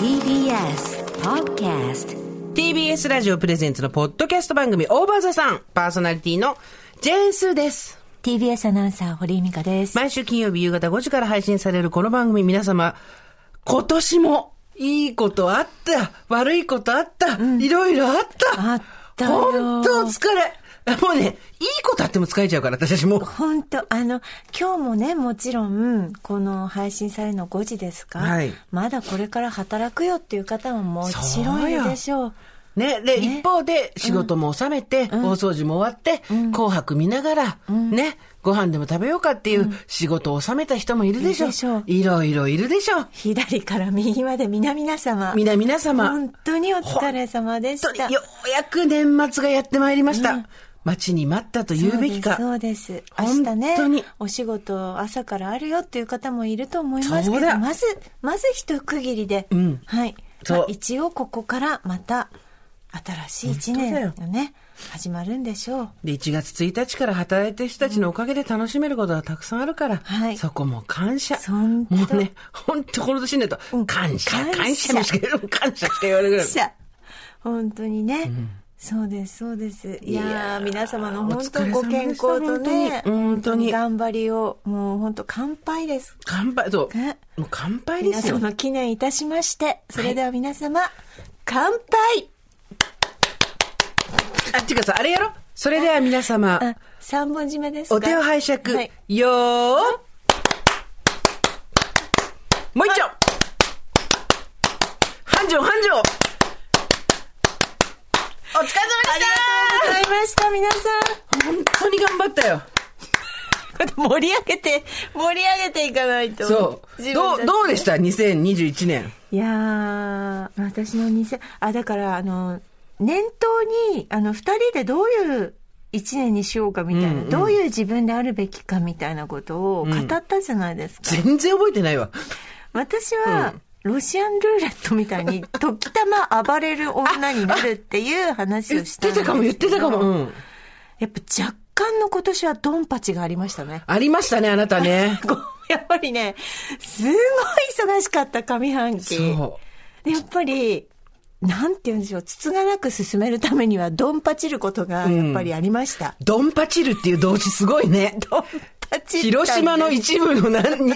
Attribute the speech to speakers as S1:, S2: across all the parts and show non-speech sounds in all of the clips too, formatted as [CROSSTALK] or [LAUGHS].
S1: TBS Podcast
S2: TBS ラジオプレゼンツのポッドキャスト番組オーバーザさんパーソナリティのジェーンスーです
S3: TBS アナウンサー堀井美香です。
S2: 毎週金曜日夕方5時から配信されるこの番組皆様、今年もいいことあった、悪いことあった、いろいろあった。
S3: あったよ
S2: 本当疲れ。もうね、いいことあっても疲れちゃうから、私たちもう。
S3: 本当あの今日もねもちろんこの配信されるの5時ですか、
S2: はい
S3: まだこれから働くよっていう方ももちろんいるでしょう
S2: ね、で、
S3: ね
S2: 一方で仕事も収めて、大掃除も終わって、紅白見ながら、ね、ご飯でも食べようかっていう仕事を収めた人もいるでし
S3: い
S2: ょ。
S3: るでしょう
S2: いろいろいるでしょう。
S3: 左から右まで皆皆様
S2: 皆皆様。
S3: 本当にお疲れ様でし
S2: 本当
S3: た
S2: にようやく年末がやってまいりました。待ちに待ったと言うべきか。
S3: そうですそうです明日
S2: 本
S3: ね
S2: 当に
S3: お仕事朝からあるよっていう方もいると思います
S2: そ
S3: け
S2: うだ
S3: どまずまず一区切りで、
S2: ん
S3: はい、
S2: そう
S3: まあ一応ここからまた新しい1年
S2: 本当
S3: がね始まるんでしょう
S2: で、1月1日から働いてる人たちのおかげで楽しめることがたくさんあるから、
S3: はい
S2: そこも感謝。
S3: そ
S2: も
S3: んと
S2: うね、本当この年になると、
S3: うん
S2: 感謝、
S3: 感謝
S2: 感謝にしか感謝しか言われるぐらい。
S3: 感謝本当にね、そうですそうですいやー
S2: いやー
S3: 皆様の
S2: お
S3: 本
S2: 疲
S3: 当
S2: れ様でし
S3: ご
S2: た
S3: 健康とね
S2: 本当に本当に
S3: 頑張りをもう本当乾杯です
S2: 乾杯、そう。
S3: ね
S2: もう乾杯で
S3: 皆
S2: すよ。
S3: 様記念いたしましてそれでは皆様、乾杯
S2: あ、っていうかさ、あれやろそれでは皆様、
S3: あ三本締めですか
S2: お手を拝借、
S3: はい
S2: よーもう一丁繁盛繁盛お疲れ様でし
S3: ありがとうございました皆さ
S2: た本当に頑張ったよ
S3: ん [LAUGHS] これ盛り上げて盛り上げていかないと
S2: そう
S3: 自分た
S2: どう
S3: ち
S2: どうでした2021年
S3: いやー、私の2000、あ、だから、あの、年頭に、あの、二人でどういう一年にしようかみたいな、
S2: うんうん
S3: どういう自分であるべきかみたいなことを語ったじゃないですか。
S2: 全然覚えてないわ
S3: 私は、ロシアンルーレットみたいに、時たま暴れる女になるっていう話
S2: 言
S3: を
S2: っ
S3: したん
S2: て
S3: です
S2: た
S3: け
S2: か
S3: ど
S2: [LAUGHS] も言ってたかも、うん、
S3: やっぱ若干の今年はドンパチがありました [LAUGHS] ね。
S2: ありましたねあなたね
S3: こうやっぱりね、すごい忙しかった上半期。
S2: そ
S3: でやっぱり、なんて言うんでしょう、つつがなく進めるためには、ドンパチることがやっぱりありました。
S2: うドンパチルっていう動詞すごいね
S3: ドンパチったんです
S2: 広島の一部の何に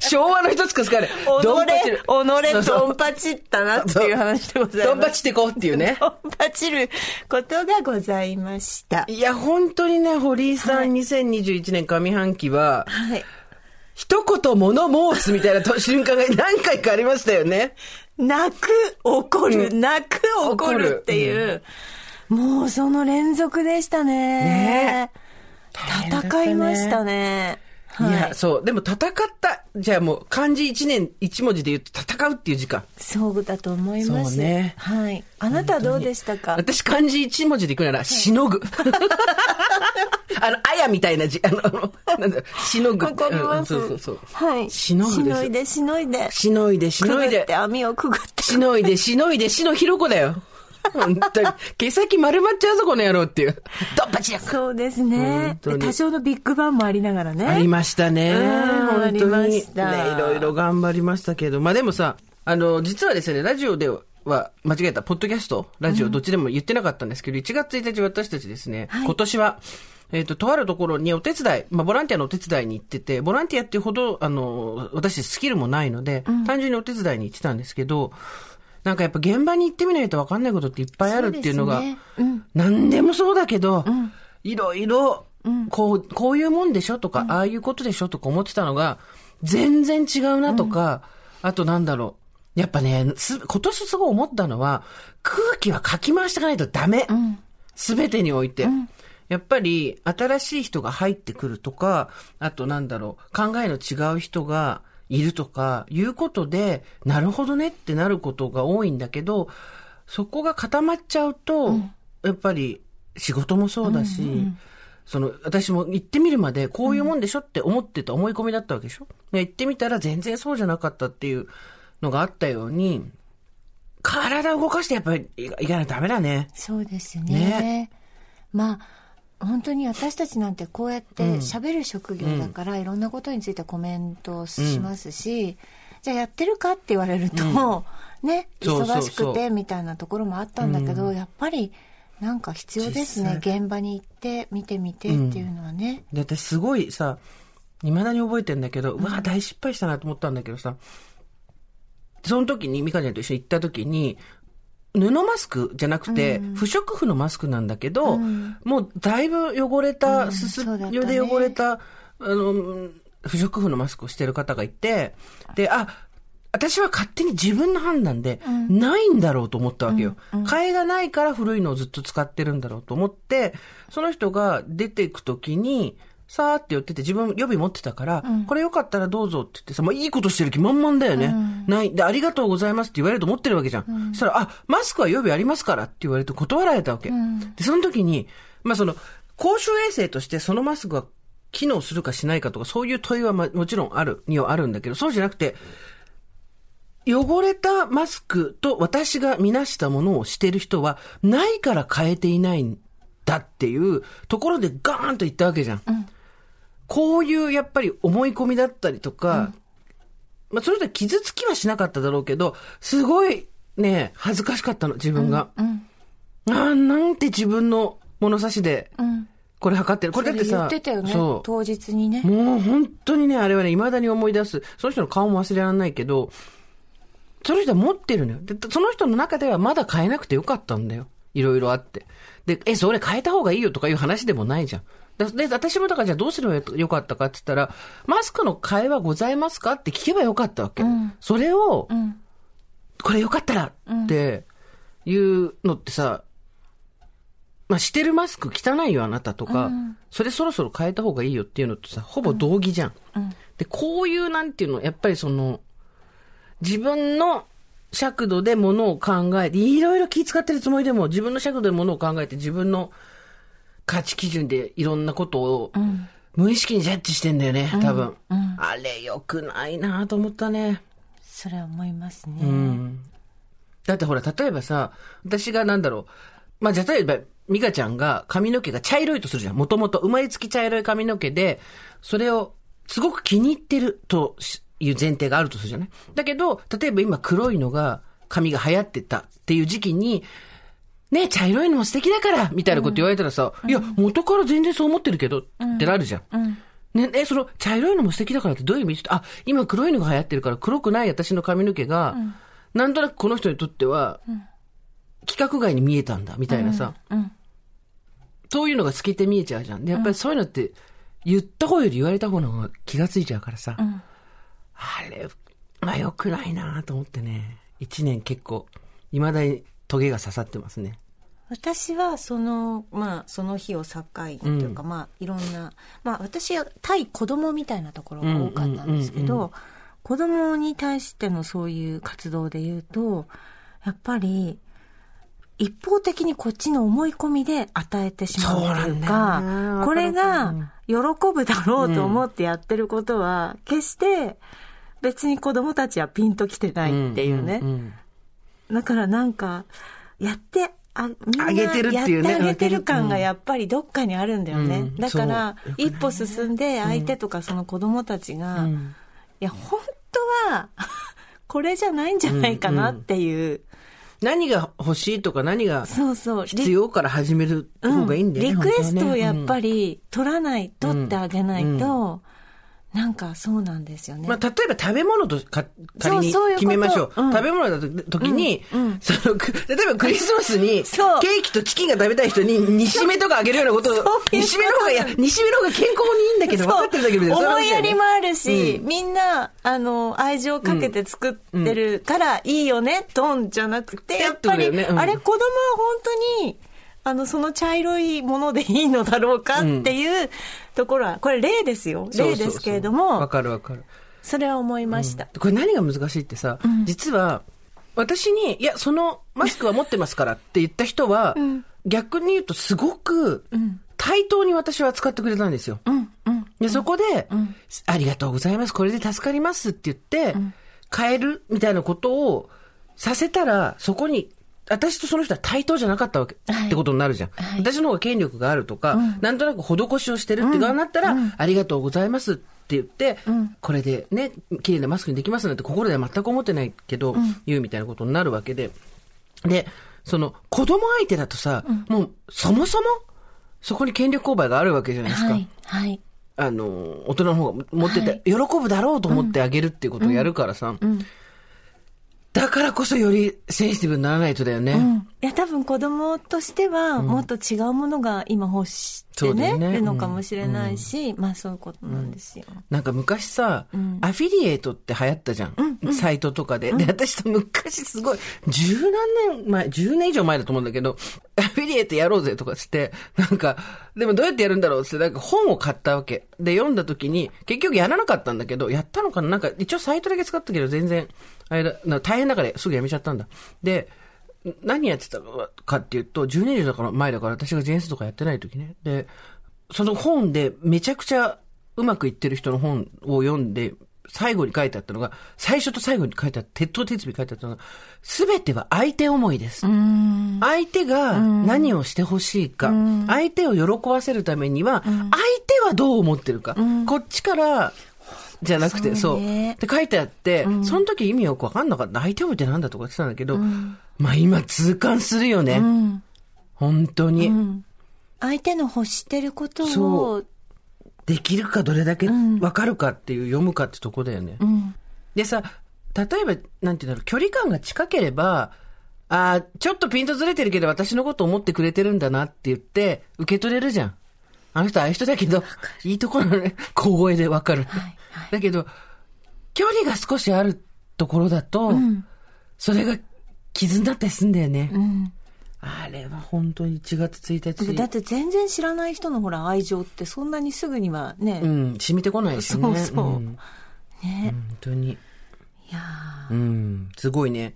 S2: 昭和の一つかすかねドンパチル
S3: 己、
S2: そう
S3: 己
S2: そう
S3: ドンパチったなっていう話でございます。
S2: ドンパチってこうっていうね
S3: ドンパチることがございました。
S2: [LAUGHS] いや本当にね堀井さん、2021年上半期は
S3: はい。
S2: 一言物申すみたいなと [LAUGHS] 瞬間が何回かありましたよね
S3: 泣く、怒る、泣く、怒るっていう、もうその連続でしたね。
S2: 変だったね
S3: 戦いましたね。
S2: い
S3: はい
S2: や、そう。でも戦った。じゃあもう漢字一年一文字で言うと戦うっていう時間。
S3: そうだと思います。
S2: そうね
S3: はい。あなたはどうでしたか
S2: 私漢字一文字で行くなら、しのぐ。 [LAUGHS] あの、あやみたいな字、あの、あのなんだろうしのぐ。
S3: わかります。
S2: うんそうそうそう。
S3: はい。
S2: しのぐです
S3: いで、しのいで。
S2: しのいで、し
S3: く
S2: の
S3: ぐ
S2: い
S3: っ
S2: で
S3: て、。網をくぐって。
S2: しのいで、しのいで、しのひろこだよ。本当に。毛先丸まっちゃうぞ、この野郎っていう。ドッパチや
S3: そうです
S2: 本
S3: ね。
S2: 当
S3: で
S2: に
S3: 多少のビッグバンもありながらね。
S2: ありましたね。
S3: うん
S2: 本当に
S3: ありました
S2: ね、いろいろ頑張りましたけど。まあでもさ、あの、実はですね、ラジオでは、間違えた、ポッドキャスト、ラジオ、どっちでも言ってなかったんですけど、1月1日私たちですね、
S3: はい
S2: 今年は、えっ、と、とあるところにお手伝い、まあ、ボランティアのお手伝いに行ってて、ボランティアっていうほど、あの、私スキルもないので、単純にお手伝いに行ってたんですけど、なんかやっぱ現場に行ってみないと分かんないことっていっぱいあるっていうのが、
S3: そうですねうん
S2: 何でもそうだけど、いろいろ、こう、こういうもんでしょとか、ああいうことでしょとか思ってたのが、全然違うなとか、あとなんだろう。やっぱね、す今年すごい思ったのは、空気はかき回していかないとダメ。すべ、てにおいて。やっぱり、新しい人が入ってくるとか、あとなんだろう、考えの違う人がいるとか、いうことで、なるほどねってなることが多いんだけど、そこが固まっちゃうと、やっぱり仕事もそうだし、その私も行ってみるまでこういうもんでしょって思ってた思い込みだったわけでしょ、で行ってみたら全然そうじゃなかったっていうのがあったように体を動かしてやっぱりいいかないとダメだね
S3: そうですね。
S2: ね
S3: まあ、本当に私たちなんてこうやって喋る職業だから、いろんなことについてコメントしますし、じゃあやってるかって言われると、ね、
S2: そうそう
S3: 忙し
S2: そ
S3: く
S2: う
S3: てみたいなところもあったんだけど、やっぱりなんか必要ですね。
S2: 実
S3: 現場に行って見てみてっていうのはね。
S2: で、私すごいさ、未だに覚えてんだけど、うわあ大失敗したなと思ったんだけどさ、その時に、ミカちゃんと一緒に行った時に、布マスクじゃなくて、不織布のマスクなんだけど、もうだいぶ汚れた、すす
S3: そうだったね
S2: よで汚れた、あの、不織布のマスクをしてる方がいて、で、あ、私は勝手に自分の判断で、ないんだろうと思ったわけよ。替えがないから古いのをずっと使ってるんだろうと思って、その人が出ていくときに、さーって寄ってて自分予備持ってたから、これよかったらどうぞって言ってさ、まあ、いいことしてる気満々だよね。ない。で、ありがとうございますって言われると思ってるわけじゃん。そしたら、あ、マスクは予備ありますからって言われて断られたわけ。で、その時に、まあ、その、公衆衛生としてそのマスクが機能するかしないかとか、そういう問いは、ま、もちろんある、にはあるんだけど、そうじゃなくて、汚れたマスクと私が見なしたものをしてる人は、ないから変えていないんだっていうところでガーンと言ったわけじゃん。こういうやっぱり思い込みだったりとか、まあそれで傷つきはしなかっただろうけど、すごいね、恥ずかしかったの、自分が。ああ、なんて自分の物差しで、これ測ってる。こ
S3: こ
S2: れだ
S3: れ
S2: っ
S3: で
S2: てさ、
S3: 言ってたよね
S2: そう。
S3: 当日にね。
S2: もう本当にね、あれはね、未だに思い出す。その人の顔も忘れられないけど、その人は持ってるのよ。で、その人の中ではまだ変えなくてよかったんだよ。いろいろあって。で、え、それ変えた方がいいよとかいう話でもないじゃん。だで、私もだからじゃあどうすればよよかったかって言ったら、マスクの替えはございますかって聞けばよかったわけ。それを、これよかったらっていうのってさ、まあ、してるマスク汚いよあなたとか、それそろそろ変えた方がいいよっていうのとさ、ほぼ同義じゃん。で、こういうなんていうの、やっぱりその、自分の尺度でものを考えて、いろいろ気使ってるつもりでも、自分の尺度でものを考えて、自分の価値基準でいろんなことを、無意識にジャッジしてんだよね、多分。あれ良くないなと思ったね。
S3: それは思いますね。
S2: だってほら、例えばさ、私がなんだろう、まあ、じゃあ例えば、ミカちゃんが髪の毛が茶色いとするじゃん。もともと生まれつき茶色い髪の毛で、それをすごく気に入ってるという前提があるとするじゃない。だけど、例えば今黒いのが、髪が流行ってたっていう時期に、ねえ、茶色いのも素敵だからみたいなこと言われたらさ、いや、元から全然そう思ってるけど、ってなるじゃん。ね、え、その、茶色いのも素敵だからってどういう意味ってあ、今黒いのが流行ってるから黒くない私の髪の毛が、なんとなくこの人にとっては、規格外に見えたんだ、みたいなさ、そういうのが透けて見えちゃうじゃん。で、やっぱりそういうのって、言った方より言われた方の方が気がついちゃうからさ、あれ、まあ良くないなと思ってね、一年結構、未だにトゲが刺さってますね。
S3: 私はその,、まあ、その日を境にというか、まあ、いろんな、まあ、私は対子供みたいなところが多かったんですけど、子供に対してのそういう活動で言うとやっぱり一方的にこっちの思い込みで与えてしまうという
S2: そうな
S3: か
S2: んだよね
S3: これが喜ぶだろうと思ってやってることは、決して別に子供たちはピンときてないっていうね。
S2: んん
S3: だからなんか、やって、あ、みんな
S2: あげてるっていうね
S3: やってあげてる感がやっぱりどっかにあるんだよね。
S2: うん
S3: だから
S2: そうよ、
S3: 一歩進んで相手とかその子供たちが、いや、本当は、 [LAUGHS] これじゃないんじゃないかなっていう、
S2: 何が欲しいとか何が
S3: そうそう、リ
S2: 必要から始める方がいいんだよね。
S3: うんリクエストをやっぱ
S2: り。
S3: り取らない、取ってあげないと、なんかそうなんですよね。
S2: まあ、例えば食べ物とか仮に
S3: そうそういうこと
S2: 決めましょう。
S3: うん
S2: 食べ物だと時に、その、く [LAUGHS] 例えばクリスマスに、ケ
S3: そう
S2: ーキとチキンが食べたい人に、煮しめとかあげるようなこと
S3: そうそういうこ
S2: を、
S3: と
S2: 煮しめの方が、いや、煮しめの方が健康にいいんだけど、分かってるんだけど、
S3: そう
S2: それは
S3: 思
S2: そう
S3: い
S2: だ
S3: や
S2: よね
S3: りもあるし、みんな、あの、愛情かけて作ってるからいいよね、トンじゃなくて、
S2: て
S3: やっぱり、
S2: ってことだよねうん
S3: あれ子供は本当に、あの、その茶色いものでいいのだろうかっていうところは、これ例ですよ。
S2: そう
S3: 例
S2: そうそう
S3: ですけれど
S2: わ
S3: も、
S2: かるわかる。
S3: それは思いました。
S2: これ何が難しいってさ、実は、私に、いや、そのマスクは持ってますからって言った人は、逆に言うとすごく、対等に私は扱ってくれたんですよ。で、そこで、ありがとうございます、これで助かりますって言って、変えるみたいなことをさせたら、そこに、私とその人は対等じゃなかったわけ、
S3: はい
S2: ってことになるじゃん。
S3: はい
S2: 私の方が権力があるとか、なんとなく施しをしてるって側になったら、ありがとうございますっって言って、これでね、綺麗なマスクにできますなんて心では全く思ってないけど、言うみたいなことになるわけで。で、その、子供相手だとさ、もう、そもそも、そこに権力勾配があるわけじゃないですか。
S3: はい。はい。
S2: あの、大人の方が持ってて、喜ぶだろうと思ってあげるっていうことをやるからさ、だからこそよりセンシティブにならないとだよね。
S3: いや、多分子供としては、もっと違うものが今欲して
S2: そうだよ
S3: ね、
S2: ね
S3: るのかもしれないし、まあそういうことなんですよ。
S2: なんか昔さ、アフィリエイトって流行ったじゃん。サイトとかで。で、私さ、昔すごい、十何年前、10年以上前だと思うんだけど、アフィリエイトやろうぜとかして、なんか、でもどうやってやるんだろうっつって、なんか本を買ったわけ。で、読んだ時に、結局やらなかったんだけど、やったのかななんか、一応サイトだけ使ったけど、全然、あれだ、な大変だからすぐやめちゃったんだ。で、何やってたかっていうと、10年以上だから前だから、私がジェンスとかやってない時ね。で、その本でめちゃくちゃうまくいってる人の本を読んで、最後に書いてあったのが、最初と最後に書いてあった、鉄頭鉄尾に書いてあったのが、すべては相手思いです。相手が何をしてほしいか、相手を喜ばせるためには、相手はどう思ってるか、こっちから、じゃなくて、
S3: そ
S2: そうう。
S3: ね
S2: って書いてあって、その時意味よくわかんなかった。相手思いってなんだとか言ってたんだけど、まあ今痛感するよね。本当に。
S3: 相手の欲してること
S2: そ
S3: を、
S2: できるかどれだけわかるかっていう、読むかってとこだよね。でさ、例えば、なんていうんだろう、距離感が近ければ、ああ、ちょっとピントずれてるけど私のこと思ってくれてるんだなって言って、受け取れるじゃん。あの人ああいう人だけど、いいところね、 [LAUGHS] 小声でわかる。
S3: はいはい
S2: だけど、距離が少しあるところだと、それが傷になったりすんだよね。あれは本当に1月1日。
S3: だって全然知らない人のほら愛情ってそんなにすぐにはね、
S2: うん、染みてこないですね。
S3: そうそう
S2: うん
S3: ね、
S2: 本当に。
S3: いや
S2: うん、すごいね。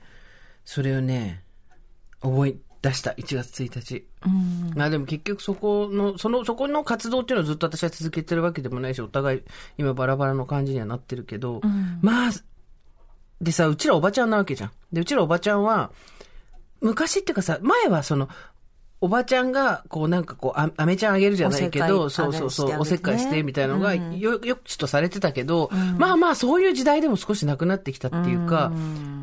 S2: それをね、思い出した、1月1日。まあでも結局そこの、その、そこの活動っていうのをずっと私は続けてるわけでもないし、お互い今バラバラの感じにはなってるけど、まあ、でさ、うちらおばちゃんなわけじゃん。で、うちらおばちゃんは、昔っていうかさ、前はその、おばちゃんが、こうなんかこう、ああめちゃんあげるじゃないけど、
S3: おせっ
S2: そ
S3: かいう
S2: そうそ
S3: あ
S2: う、
S3: げ
S2: おせっかい
S3: し
S2: してて
S3: ね
S2: みたいなのが、よ、よくちょっとされてたけど、まあまあ、そういう時代でも少しなくなってきたっていうか、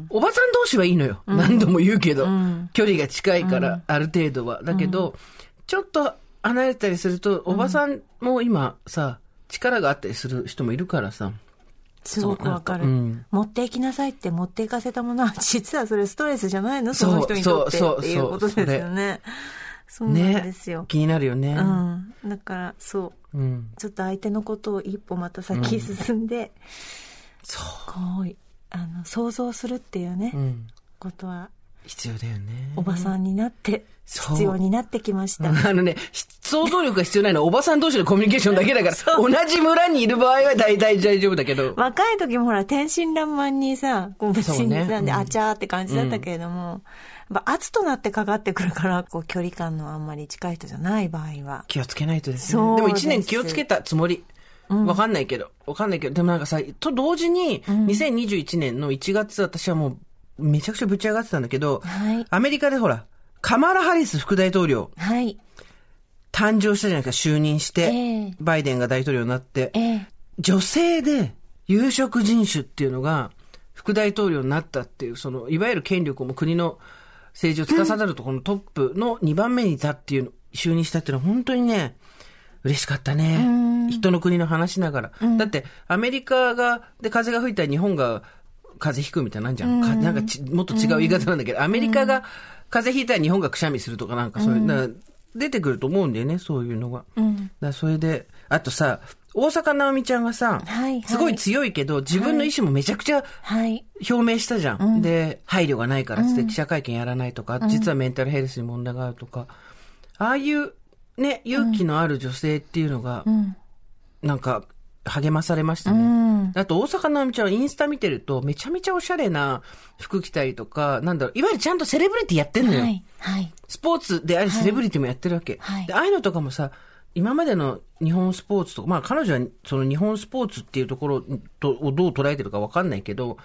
S2: おばさん同士はいいのよ。何度も言うけど、距離が近いから、ある程度は。だけど、ちょっと離れたりすると、おばさんも今さ、力があったりする人もいるからさ、
S3: すごくわかる、
S2: そううん
S3: 持っていきなさいって持っていかせたものは [LAUGHS] 実はそれストレスじゃないのその人にとって
S2: そうそう
S3: っていうことですよねそうなん
S2: ね
S3: ですよ、、
S2: 気になるよね
S3: う。ん、だからそう
S2: うん
S3: ちょっと相手のことを一歩また先進んで、こうあの想像するっていうね、
S2: うん
S3: ことは
S2: 必要だよね。
S3: おばさんになって
S2: そう
S3: 必要になってきました、
S2: あのね、し想像力が必要ないのはおばさん同士のコミュニケーションだけだ
S3: [LAUGHS]
S2: から、同じ村にいる場合は大体大丈夫だけど。
S3: 若い時もほら天真爛漫にさこう別
S2: そう
S3: に
S2: ね
S3: なんで、
S2: うん
S3: あちゃーって感じだったけれども、やっぱ圧となってかかってくるからこう距離感のあんまり近い人じゃない場合は
S2: 気をつけないとですね。
S3: そう
S2: でも
S3: です
S2: 一年気をつけたつもり。わかんないけど。わかんないけど。でもなんかさ、と同時に、2021年の1月、私はもう、めちゃくちゃぶち上がってたんだけど、
S3: はい
S2: アメリカでほら、カマラ・ハリス副大統領、
S3: はい
S2: 誕生したじゃないか、就任して、
S3: ええ
S2: バイデンが大統領になって、
S3: ええ
S2: 女性で有色人種っていうのが副大統領になったっていう、その、いわゆる権力をもう国の政治を司るところのトップの2番目にいたっていうの、就任したっていうのは本当にね、嬉しかったね。人の国の話しながら。だって、アメリカが、で、風が吹いたら日本が風邪ひくみたいなんじゃん。かなんかち、もっと違う言い方なんだけど、アメリカが風邪ひいたら日本がくしゃみするとかなんかそういう、だから出てくると思うんだよね、そういうのが。だからそれで、あとさ、大坂なおみちゃんがさ、
S3: はいはい
S2: すごい強いけど、自分の意思もめちゃくちゃ
S3: はい
S2: 表明したじゃん。で、配慮がないからっつって記者会見やらないとか、実はメンタルヘルスに問題があるとか、ああいうね、勇気のある女性っていうのが、なんか、励まされましたね。あと、大阪なおみちゃんはインスタ見てると、めちゃめちゃおしゃれな服着たりとか、なんだろう、いわゆるちゃんとセレブリティやってんのよ。
S3: はいはい
S2: スポーツでありセレブリティもやってるわけ。
S3: はい
S2: で、ああいうのとかもさ、今までの日本スポーツとか、まあ彼女はその日本スポーツっていうところとをどう捉えてるかわかんないけど、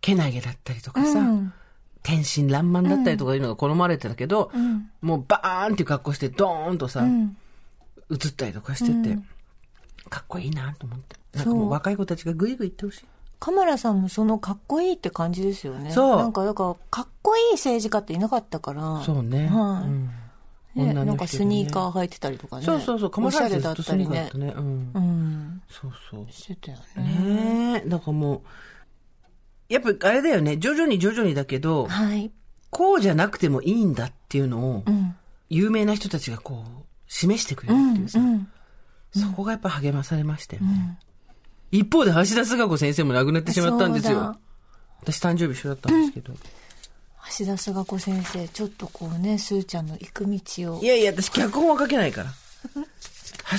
S2: けなげだったりとかさ、天真爛漫だったりとかいうのが好まれてたけど、もうバーンっていう格好してドーンとさ、映ったりとかしてて、かっこいいなと思って。なんかも
S3: そう
S2: う若い子たちがぐいぐい行ってほしい。
S3: カマラさんもそのかっこいいって感じですよね。
S2: そう
S3: なんか、だから、かっこいい政治家っていなかったから。
S2: そうね。
S3: はい
S2: うん
S3: ね、
S2: 女の人でね
S3: なんかスニーカー履いてたりとかね。
S2: そうそうそう、かま
S3: おし
S2: さ
S3: ゃ
S2: れて
S3: れ
S2: ず
S3: だ
S2: っ
S3: っ
S2: と
S3: た
S2: ス
S3: り
S2: ニーカーだ
S3: ね
S2: った。ね。うん
S3: う。ん。
S2: そうそう。
S3: してたよね。
S2: ねえ、なんかもう、やっぱあれだよね、徐々に徐々にだけど、
S3: はい。
S2: こうじゃなくてもいいんだっていうのを
S3: う、ん。
S2: 有名な人たちがこう、示してくれ
S3: う
S2: るっ
S3: ん
S2: ていう。
S3: う
S2: さ、
S3: ん。
S2: そこがやっぱ励まされましたよね。一方で橋田壽賀子先生も亡くなってしまったんです
S3: そう
S2: よ
S3: だ。
S2: 私誕生日一緒だったんですけど。
S3: 橋田壽賀子先生、ちょっとこうね、すーちゃんの行く道を
S2: い。やいや、私脚本は書けな
S3: [LAUGHS]
S2: いから。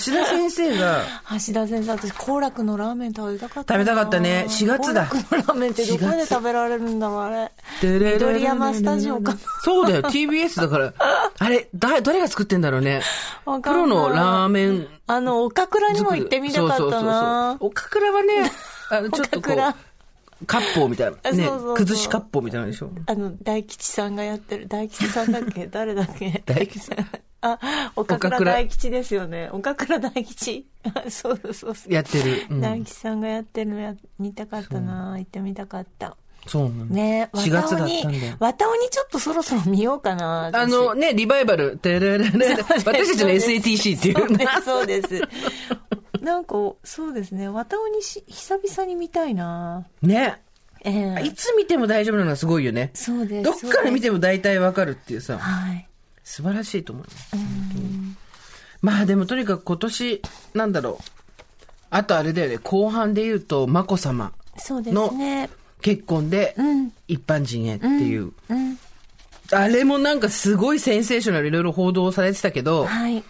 S2: 橋田先生が、
S3: 橋田先生、私、幸楽のラーメン食べたかったな。
S2: 食べたかったね4月だ
S3: 幸楽のラーメンってどこで食べられるんだろう、あれ。緑山スタジオかな。
S2: そうだよ、TBS だから。あれ、だ、誰が作ってんだろうね。
S3: わか
S2: プ
S3: んない
S2: ロのラーメン
S3: あの、おかくらにも行ってみたかったな。
S2: おかくら
S3: [LAUGHS]
S2: はね、あの、ちょっとこ
S3: おかく
S2: う、割烹みたいな。
S3: あ
S2: ね
S3: そうそうそう、
S2: 崩し割烹みたいなのでしょ。
S3: あの、大吉さんがやってる。大吉さんだっ
S2: [LAUGHS]
S3: け誰だっけ
S2: 大吉さん
S3: [LAUGHS] あ、岡
S2: 岡
S3: 倉
S2: 倉
S3: 大吉ですよね。岡倉大吉。 [LAUGHS] あそうそうそうそう。
S2: やってる。うん
S3: 大吉さんがやってるのや、見たかったな。行ってみたかった。
S2: そうなんだ。
S3: ね綿
S2: 4月だっ
S3: 鬼
S2: たんだよ。
S3: 綿鬼ちょっとそろそろ見ようかな。
S2: あのね、リバイバル。てれれれれ私たちの SATC ってい
S3: そう
S2: う
S3: で
S2: ね。
S3: す、 [LAUGHS] そうです。なんか、そうですね。綿鬼し、久々に見たいな。
S2: ね。
S3: ええ
S2: いつ見ても大丈夫なのがすごいよね。
S3: そうです。
S2: どっから見
S3: て
S2: ても大体わかるっていうさ。
S3: はい。
S2: 素晴らしいと思います。本当にまあでもとにかく今年、なんだろう。あとあれだよね、後半で言うと、眞子さま
S3: そうです
S2: の
S3: ね。
S2: 結婚で
S3: ん
S2: 一般人へっていう。
S3: うん。
S2: あれもなんかすごいセンセーショナルいろいろ報道されてたけど、
S3: はい。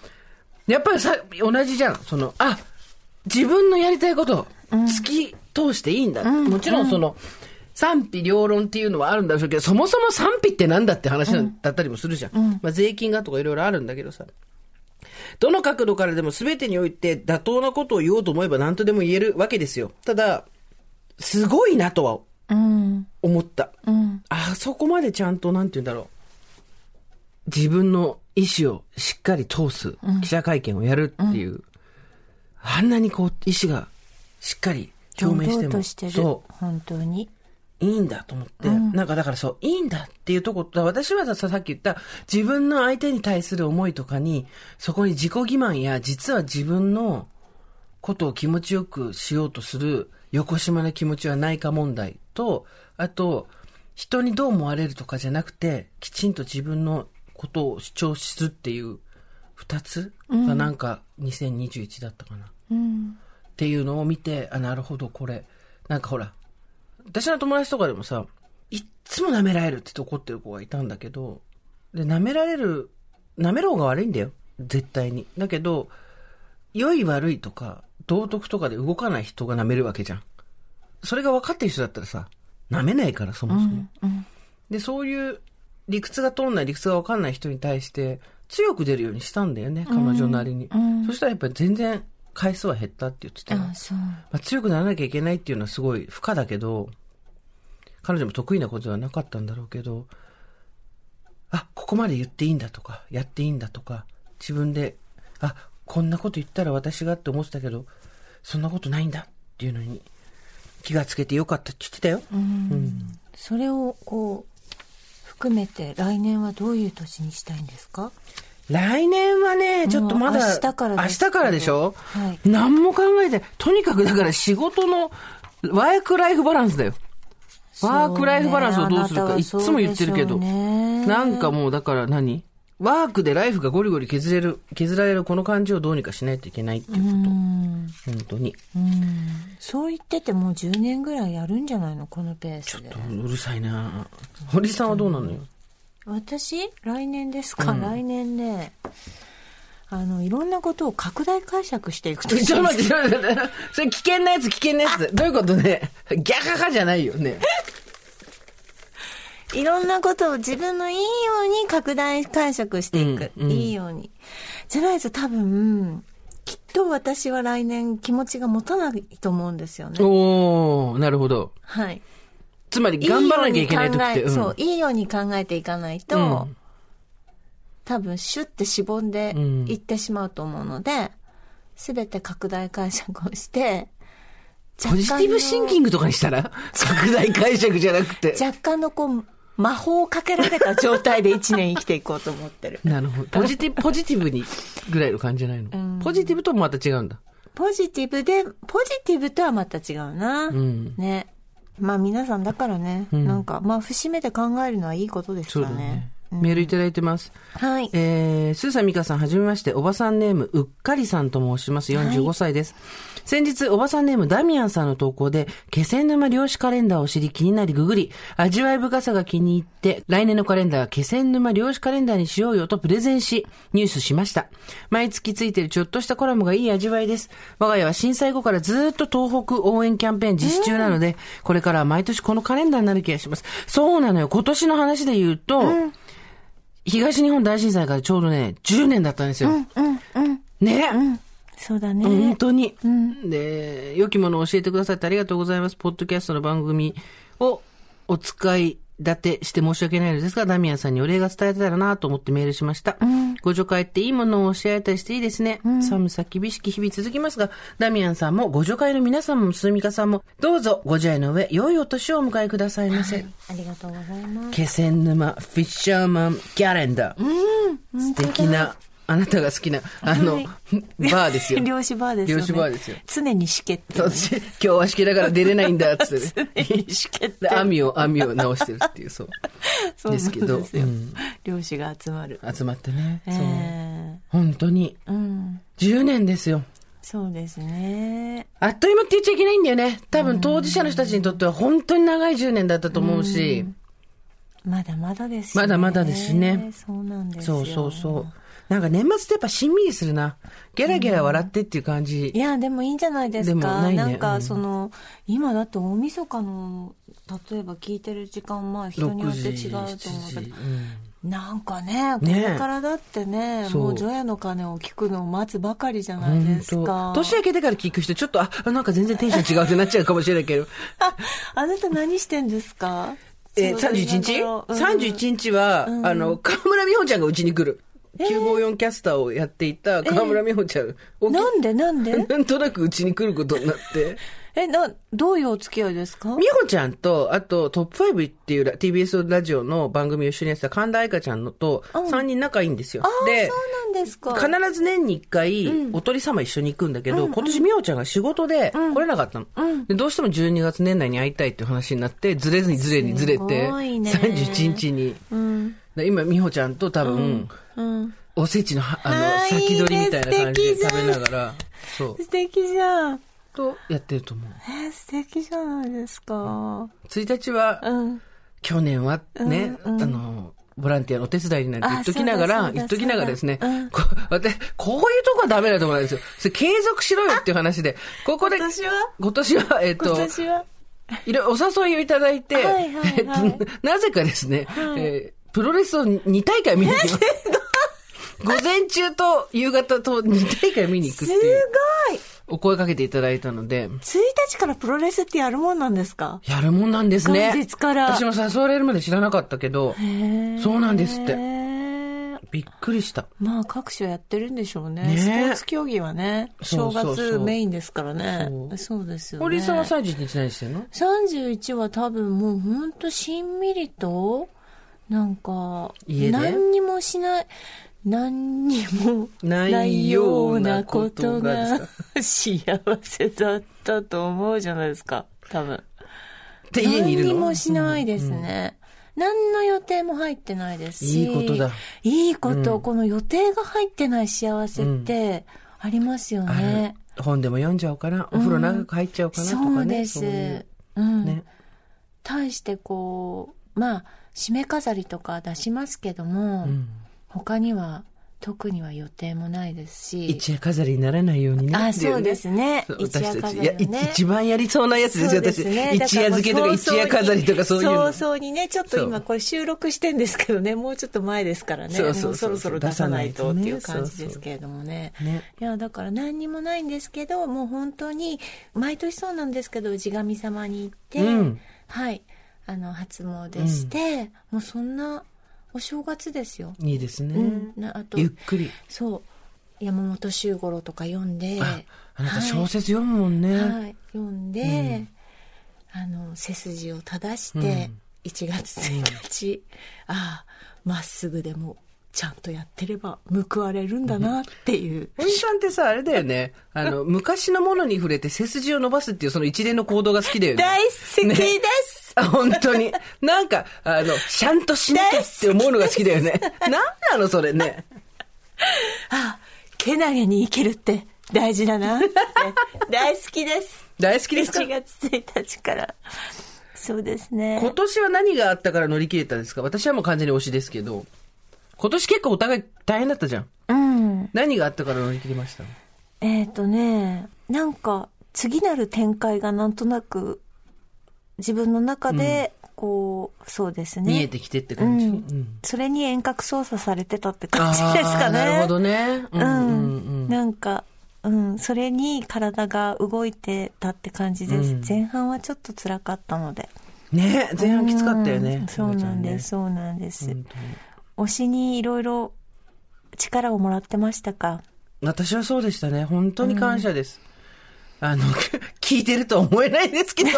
S2: やっぱりさ、同じじゃん。その、あ、自分のやりたいこと、突き通していいんだ。もちろんその、賛否両論っていうのはあるんだろうけど、そもそも賛否ってなんだって話なんだったりもするじゃん。まあ税金がとかいろいろあるんだけどさ。どの角度からでも全てにおいて妥当なことを言おうと思えば何とでも言えるわけですよ。ただ、すごいなとは
S3: うん。
S2: 思った。
S3: うん。
S2: あそこまでちゃんと、なんて言うんだろう。自分の意思をしっかり通す、記者会見をやるっていう、あんなにこう、意思がしっかり表明して
S3: 堂々
S2: も、
S3: としてる。
S2: そ
S3: 本当に。
S2: う、いいんだと思って、なんかだからそう、いいんだっていうとこと、私はささっき言った、自分の相手に対する思いとかに、そこに自己欺瞞や、実は自分のことを気持ちよくしようとする、横島な気持ちはないか問題と、あと、人にどう思われるとかじゃなくて、きちんと自分のことを主張するっていう二つがなんか2021だったかな。っていうのを見て、あ、なるほど、これ。なんかほら、私の友達とかでもさ、いっつも舐められるって言って怒ってる子がいたんだけど、で、舐められる、舐める方が悪いんだよ。絶対に。だけど、良い悪いとか、道徳とかで動かない人が舐めるわけじゃん。それが分かってる人だったらさ、舐めないから、そもそも。で、そういう理屈が通んない、理屈が分かんない人に対して、強く出るようにしたんだよね、彼女なりに。そしたらやっぱり全然回数は減ったって言ってたよ。
S3: あ、そう。
S2: まあ、強くならなきゃいけないっていうのはすごい負荷だけど、彼女も得意なことではなかったんだろうけど、あ、ここまで言っていいんだとか、やっていいんだとか、自分で、あ、こんなこと言ったら私がって思ってたけど、そんなことないんだっていうのに気がつけてよかったって言ってたよ。
S3: それを、こう、含めて、来年はどういう年にしたいんですか
S2: 来年はね、ちょっとまだ、
S3: もう明日からですけど
S2: 明日からでしょ、
S3: はい
S2: 何も考えてない、とにかくだから仕事のワークライフバランスだよ。ワークライフバランスをどう
S3: そうねあ
S2: する
S3: なた
S2: か、
S3: はい
S2: っつも言ってるけど。
S3: そうでしょうね
S2: なんかもうだから何ワークでライフがゴリゴリ削れる、削られるこの感じをどうにかしないといけないっていうこと。本当に。
S3: そう言っててもう10年ぐらいやるんじゃないのこのペースで。
S2: うるさいな堀さんはどうなのよ [LAUGHS]
S3: 私来年ですか、来年ね、あの、いろんなことを拡大解釈していくと
S2: ちょっと待って、ちょっと待って。 [LAUGHS] それ危険なやつ、危険なやつ。どういうことねギャハハじゃないよね。
S3: いろんなことを自分のいいように拡大解釈していく。
S2: うんうん
S3: いいように。じゃないと多分、きっと私は来年気持ちが持たないと思うんですよね。
S2: おー、なるほど。
S3: はい。
S2: つまり頑張らなきゃいけない時って。
S3: いいように考えそう
S2: う、
S3: いいように考えていかないと、
S2: うん
S3: 多分シュッてしぼんで
S2: うん
S3: いってしまうと思うので、すべて拡大解釈をして、
S2: ポジティブシンキングとかにしたら拡大解釈じゃなくて。。
S3: 若干のこう、魔法をかけられた状態で一年生きていこうと思ってる
S2: なるほど。ポジ [LAUGHS] ティブ、ポジティブにぐらいの感じじゃないの。ポジティブともまた違うんだ。
S3: ポジティブで、ポジティブとはまた違うな。
S2: ん
S3: ね。まあ皆さんだからね、なんか、まあ節目で考えるのはいいことです
S2: そう
S3: か
S2: だ
S3: らね
S2: ね。。メールいただいてます。
S3: はい。
S2: えー、スーさん、ミカさん、はじめまして、おばさんネーム、うっかりさんと申します。45歳です。先日、おばさんネーム、ダミアンさんの投稿で、気仙沼漁師カレンダーを知り気になりググり、味わい深さが気に入って、来年のカレンダーは気仙沼漁師カレンダーにしようよとプレゼンし、ニュースしました。毎月ついてるちょっとしたコラムがいい味わいです。我が家は震災後からずーっと東北応援キャンペーン実施中なので、これからは毎年このカレンダーになる気がします。そうなのよ。今年の話で言うと、東日本大震災からちょうどね、10年だったんですよ。
S3: うん、うん、
S2: ね、
S3: そうだね。
S2: 本当に、で、良きものを教えてくださってありがとうございます。ポッドキャストの番組をお使い立てして申し訳ないのですが、ダミアンさんにお礼が伝えたらなと思ってメールしました。ご助会っていいものを教え合えたりしていいですね。寒さ厳しき日々続きますが、ダミアンさんもご助会の皆さんも、スミカさんも、どうぞご自愛の上、良いお年をお迎えくださいませ。
S3: ありがとうございます。
S2: 気仙沼フィッシャーマンキャレンダー。素敵な、あなたが好きな、あの、
S3: はい
S2: バーですよ。
S3: [LAUGHS] 漁師バーですよね。
S2: 漁師バーですよ
S3: 常にしけってる。
S2: 私、今日は式だから出れないんだ、つってね。
S3: 常にしけって [LAUGHS]
S2: で
S3: る。
S2: 網を、網を直してるっていう、そう。
S3: [LAUGHS] そうなん
S2: ですけど
S3: よ
S2: うん
S3: 漁師が集まる。
S2: 集まってね。
S3: え
S2: そう。
S3: え
S2: 本当に。
S3: うん。
S2: 10年ですよ。
S3: そうですね。
S2: あっという間って言っちゃいけないんだよね。多分当事者の人たちにとっては本当に長い10年だったと思うし。
S3: まだまだですし
S2: まだまだですしね
S3: そうなんですよ。
S2: そうそうそう。なんか年末ってやっぱしんみりするな。ゲラゲラ笑ってっていう感じ
S3: い。や、でもいいんじゃないですか。
S2: でもない
S3: な
S2: ね
S3: ん
S2: う
S3: か、
S2: ん
S3: その、今だって大晦日の、例えば聞いてる時間、まあ人によ
S2: 6
S3: って違
S2: 時、
S3: うと思うけ
S2: 7時
S3: ど、
S2: うん
S3: なんかね、こ
S2: ね
S3: れからだってね、
S2: そう
S3: もう除夜の鐘を聞くのを待つばかりじゃない
S2: 本
S3: ですか
S2: 当。年明けてから聞く人、ちょっと、あ、なんか全然テンション違うってなっちゃうかもしれないけど。
S3: [LAUGHS] ああなた何してんですか
S2: えー、31日、?31 日は、あの、河村美穂ちゃんがうちに来る。954キャスターをやっていた河村美穂ちゃん。
S3: 日な
S2: なん
S3: でなんで
S2: なんとなくうちに来ることになって。
S3: [LAUGHS] え、な、どういうお付き合いですか
S2: 美穂ちゃんと、あと、トップ5っていうラ TBS ラジオの番組を一緒にやってた神田愛花ちゃんのと、3人仲いいんですよ。
S3: ああ、
S2: で、
S3: そうなんですか。
S2: 必ず年に1回、おとり様一緒に行くんだけど、今年美穂ちゃんが仕事で来れなかったの、で。どうしても12月年内に会いたいっていう話になって、ずれずにずれにずれて、
S3: すごいね
S2: 31日に。
S3: うん。
S2: で今、美穂ちゃんと多分、
S3: うん。
S2: おせちのは、あ
S3: はい
S2: の、先取りみたいな感じ
S3: いいね素敵
S2: で食
S3: じゃん
S2: べながら、そう、
S3: 素敵じゃん。
S2: とやってると思う。
S3: えー素敵じゃないですか。
S2: 1日は、
S3: うん。
S2: 去年はね、あの、ボランティアのお手伝いになんて言っときなが
S3: あ
S2: ら、
S3: そうだそうだ
S2: 言っときながらですね、
S3: そうだうん
S2: こ私、こういうとこはダメだと思うんですよ。それ継続しろよっていう話で、ここで、
S3: 今年は
S2: 今年は、えっ
S3: 今
S2: と、
S3: 年はい
S2: ろいろお誘いをいただいて、
S3: はいはいはい
S2: えっと、なぜかですね、えープロレスを2大会見に行きます。午前中と夕方と2大会見に行く
S3: す
S2: っ
S3: ご
S2: て
S3: い
S2: いう、お声かけていただいたので、
S3: !1 日からプロレスってやるもんなんですか
S2: やるもんなんですね。
S3: 元日から
S2: 私も誘われるまで知らなかったけど、そうなんですって
S3: へー
S2: びっくりした。
S3: まあ各所やってるんでしょうね。
S2: ね
S3: スポーツ競技はね、
S2: そ
S3: 正
S2: うそうそう
S3: 月メインですからね。
S2: そ
S3: そううですよね。
S2: 堀井さんは31日何してんの
S3: 31は多分もうほんとしんみりとなんか
S2: 家で
S3: 何にもしない何にも
S2: な
S3: ないいようなこと
S2: ような
S3: が
S2: こ
S3: 幸せだったと思うじゃないですか多分
S2: で、家にいるの
S3: 何にもしないですね、何の予定も入ってないですし
S2: いいことだ
S3: いいこと、この予定が入ってない幸せってありますよね、
S2: あの本でも読んじゃおうかな、お風呂長く入っちゃおうかなとか
S3: そ
S2: ね。
S3: うです
S2: そういう
S3: うん
S2: ね
S3: 対してこうまあ締め飾りとか出しますけども、
S2: うん
S3: 他には特には予定もないですし
S2: 一夜飾りにならないようにね。
S3: あ
S2: ってい
S3: そうですね
S2: そう
S3: 一夜
S2: 私たち、
S3: 飾
S2: い
S3: り
S2: や
S3: を、
S2: い
S3: ね
S2: 一番やりそうなやつですよ、私。一夜漬けとか一夜飾りとかそういうの。
S3: 早々にねちょっと今これ収録してんですけどねもうちょっと前ですからね
S2: そうそうそう
S3: もうそろそろ出さないとっていう
S2: 出さないとね
S3: 感じですけれどもね
S2: ね
S3: いやだから何にもないんですけどもう本当に毎年そうなんですけど氏神様に行って、
S2: うん
S3: はいあの初詣して、もうそんなお正月ですよ、
S2: いいですね。
S3: うん、なあと
S2: ゆっくり。
S3: そう山本周五郎とか読んで、
S2: ああなた小説読むもんね。
S3: はい、読んで、あの背筋を正して、1月1日、ああまっすぐでもちゃんとやってれば報われるんだなっていう、
S2: おじさんってさ、あれだよ [LAUGHS] ね。あの、昔のものに触れて背筋を伸ばすっていうその一連の行動が好きだよね。
S3: 大好きです、
S2: あ本当に。なんか、あの、ちゃんとしなきゃって思うのが好きだよね。なんなのそれね。
S3: ああけなげに生きるって大事だ
S2: [LAUGHS]
S3: なって大好きです
S2: 大好きですか
S3: 1月1日からそうですね
S2: 今年は何があったから乗り切れたんですか私はもう完全に推しですけど。今年結構お互い大変だったじゃん。
S3: うん
S2: 何があったから乗り切りました
S3: えっ、とね、なんか、次なる展開がなんとなく、自分の中で、こう、そうですね。
S2: 見えてきてって感じ。
S3: う
S2: うんん。
S3: それに遠隔操作されてたって
S2: あ
S3: 感じですかね。
S2: ーなるほどね。
S3: うん
S2: ううん
S3: ん、
S2: うん。
S3: なんか、うん、それに体が動いてたって感じです。
S2: うん
S3: 前半はちょっと辛かったので。
S2: ね前半きつかったよ
S3: う
S2: ね
S3: ん。そうなんです、
S2: す
S3: そうなんです。
S2: 本当に
S3: 推しにいろいろ力をもらってましたか
S2: 私はそうでしたね。本当に感謝です。あの、 [LAUGHS] 聞いてるとは思えないですけ [LAUGHS] ど。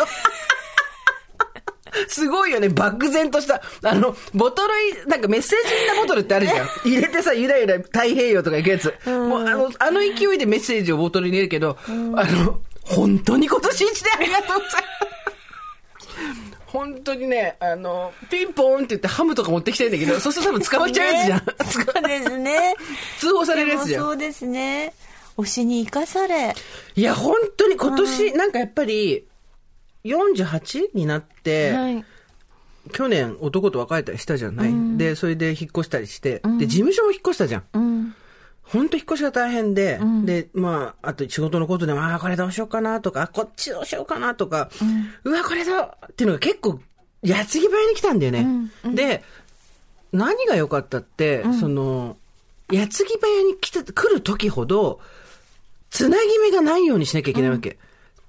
S2: すごいよね。漠然とした。あの、ボトルい、なんかメッセージインなボトルってある [LAUGHS] じゃん。入れてさ、ゆらゆら太平洋とか行くやつ。もうあの、あの勢いでメッセージをボトルに入れるけど、あの、本当に今年一年ありがとうございます。本当にね、あの、ピンポーンって言ってハムとか持ってきたいんだけど、 [LAUGHS] そうすると多分捕まっちゃうやつじゃん。
S3: そうですね。
S2: 通報される
S3: で
S2: や
S3: も
S2: つじゃん
S3: そ。うですね。推しに生かされ。
S2: いや、本当に今年、なんかやっぱり、48になって、
S3: はい。
S2: 去年男と別れたりしたじゃない、で、それで引っ越したりして、で、事務所も引っ越したじゃん。
S3: うん。
S2: 本当引っ越しが大変で、で、まあ、あと仕事のことでも、ああ、これどうしようかなとか、あこっちどうしようかなとか、うわ、これだっていうのが結構、やつぎ早に来たんだよね。で、何が良かったって、その、やつぎ早に来て、来る時ほど、つなぎ目がないようにしなきゃいけないわけ。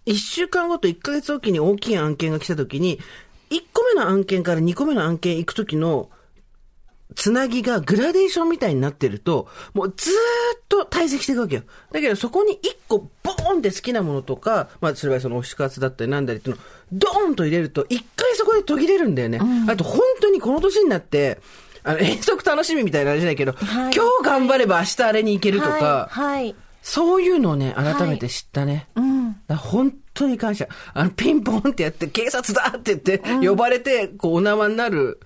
S2: 一、週間ごと一ヶ月おきに大きい案件が来た時に、一個目の案件から二個目の案件行く時の、つなぎがグラデーションみたいになってると、もうずーっと堆積していくわけよ。だけどそこに一個ボーンって好きなものとか、まあそれはその推し活だったりなんだりっていうのをドーンと入れると、一回そこで途切れるんだよね。あと本当にこの年になって、あの遠足楽しみみたいなあれじゃないけど、
S3: はい
S2: 今日頑張れば明日あれに行けるとか、
S3: はい。はい。
S2: そういうのをね、改めて知ったね。
S3: うん。
S2: だから本当に感謝。あの、ピンポンってやって、警察だって言って、呼ばれて、こう、お縄になる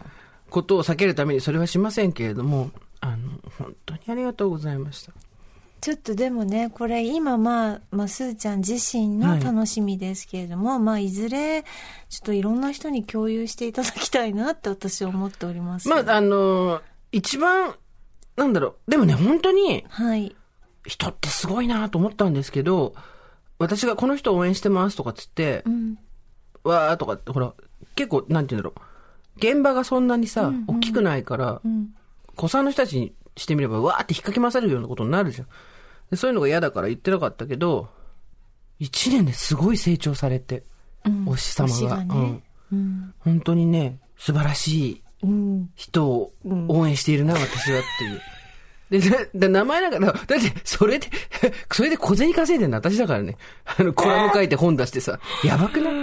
S2: ことを避けるために、それはしませんけれども、あの、本当にありがとうございました。
S3: ちょっとでもね、これ今まあ、まあ、すーちゃん自身の楽しみですけれども、まあ、いずれ、ちょっといろんな人に共有していただきたいなって私は思っております。
S2: まあ、あの、一番、なんだろう、でもね、本当に、
S3: はい。
S2: 人ってすごいなと思ったんですけど、私がこの人応援してますとかっつって、
S3: うん。
S2: わーとかって、ほら、結構、なんて言うんだろう、現場がそんなにさ、大きくないから、
S3: うん。
S2: 子さんの人たちにしてみれば、わーって引っかき回されるようなことになるじゃん。でそういうのが嫌だから言ってなかったけど、一年ですごい成長されて、
S3: うん
S2: お師様が
S3: 推しがね。うん。
S2: 本当にね、素晴らしい
S3: うん。
S2: 人を応援しているな、私はっていう。で、だ、だ名前なんか、だだって、それで、 [LAUGHS] それで小銭稼いでんの私だからね。あの、コラム書いて本出してさ、やばくない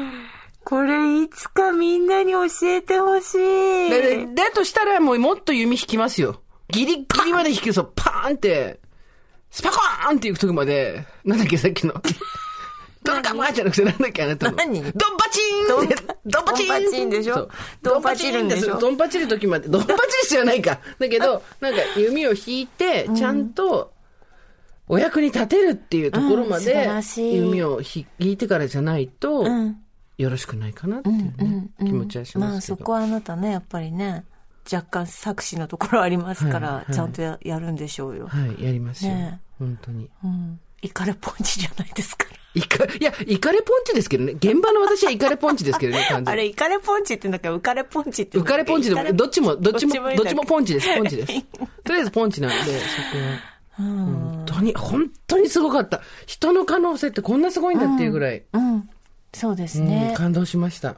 S3: これいつかみんなに教えてほしい。
S2: だだとしたらもうもっと弓引きますよ。ギリギリまで引くそう、パーンって、スパコーンって行くとこまで、なんだっけさっきの。ドンカマーじゃなくてなんだっけあなたの。
S3: 何
S2: ドンパチーンってドンパチーン
S3: ドンパチンでしょ
S2: そう
S3: ドンパチるんでしょ
S2: ドンパチーンってドンパチる時まで、ドンパチる必要はないか。だけど、なんか弓を引いて、ちゃんと、お役に立てるっていうところま
S3: うん素晴
S2: で
S3: ら、しい
S2: 弓を引いてからじゃないと、
S3: うん。
S2: よろしくないかなっていうね、
S3: うん
S2: 気持ちはし
S3: ま
S2: ま
S3: あ
S2: すけ
S3: そ
S2: ど。
S3: こはあなたねやっぱりね若干作詞のところありますから、
S2: はいはい
S3: ちゃんとややるんでしょうよ、
S2: はい、やりますよ。
S3: ね
S2: 本当に。
S3: うんイカレポンチじゃないですか
S2: いか、いや、イカレポンチですけどね。現場の私はイカレポンチですけ
S3: [LAUGHS]
S2: どね、完
S3: らあ
S2: 全に。
S3: れイカレポンチってなんかウカレポンチって
S2: 浮かれポンチで
S3: イカ
S2: も、
S3: レ
S2: どっちも、どっちも、
S3: どっちもいいんだ
S2: どっちもポンチです、ポン
S3: [LAUGHS]
S2: チです。とりあえずポンチなんで、そこは。本当に、本当にすごかった。人の可能性ってこんなすごいんだっていうぐらい、
S3: うんそうです
S2: うん
S3: ね、
S2: 感動しました。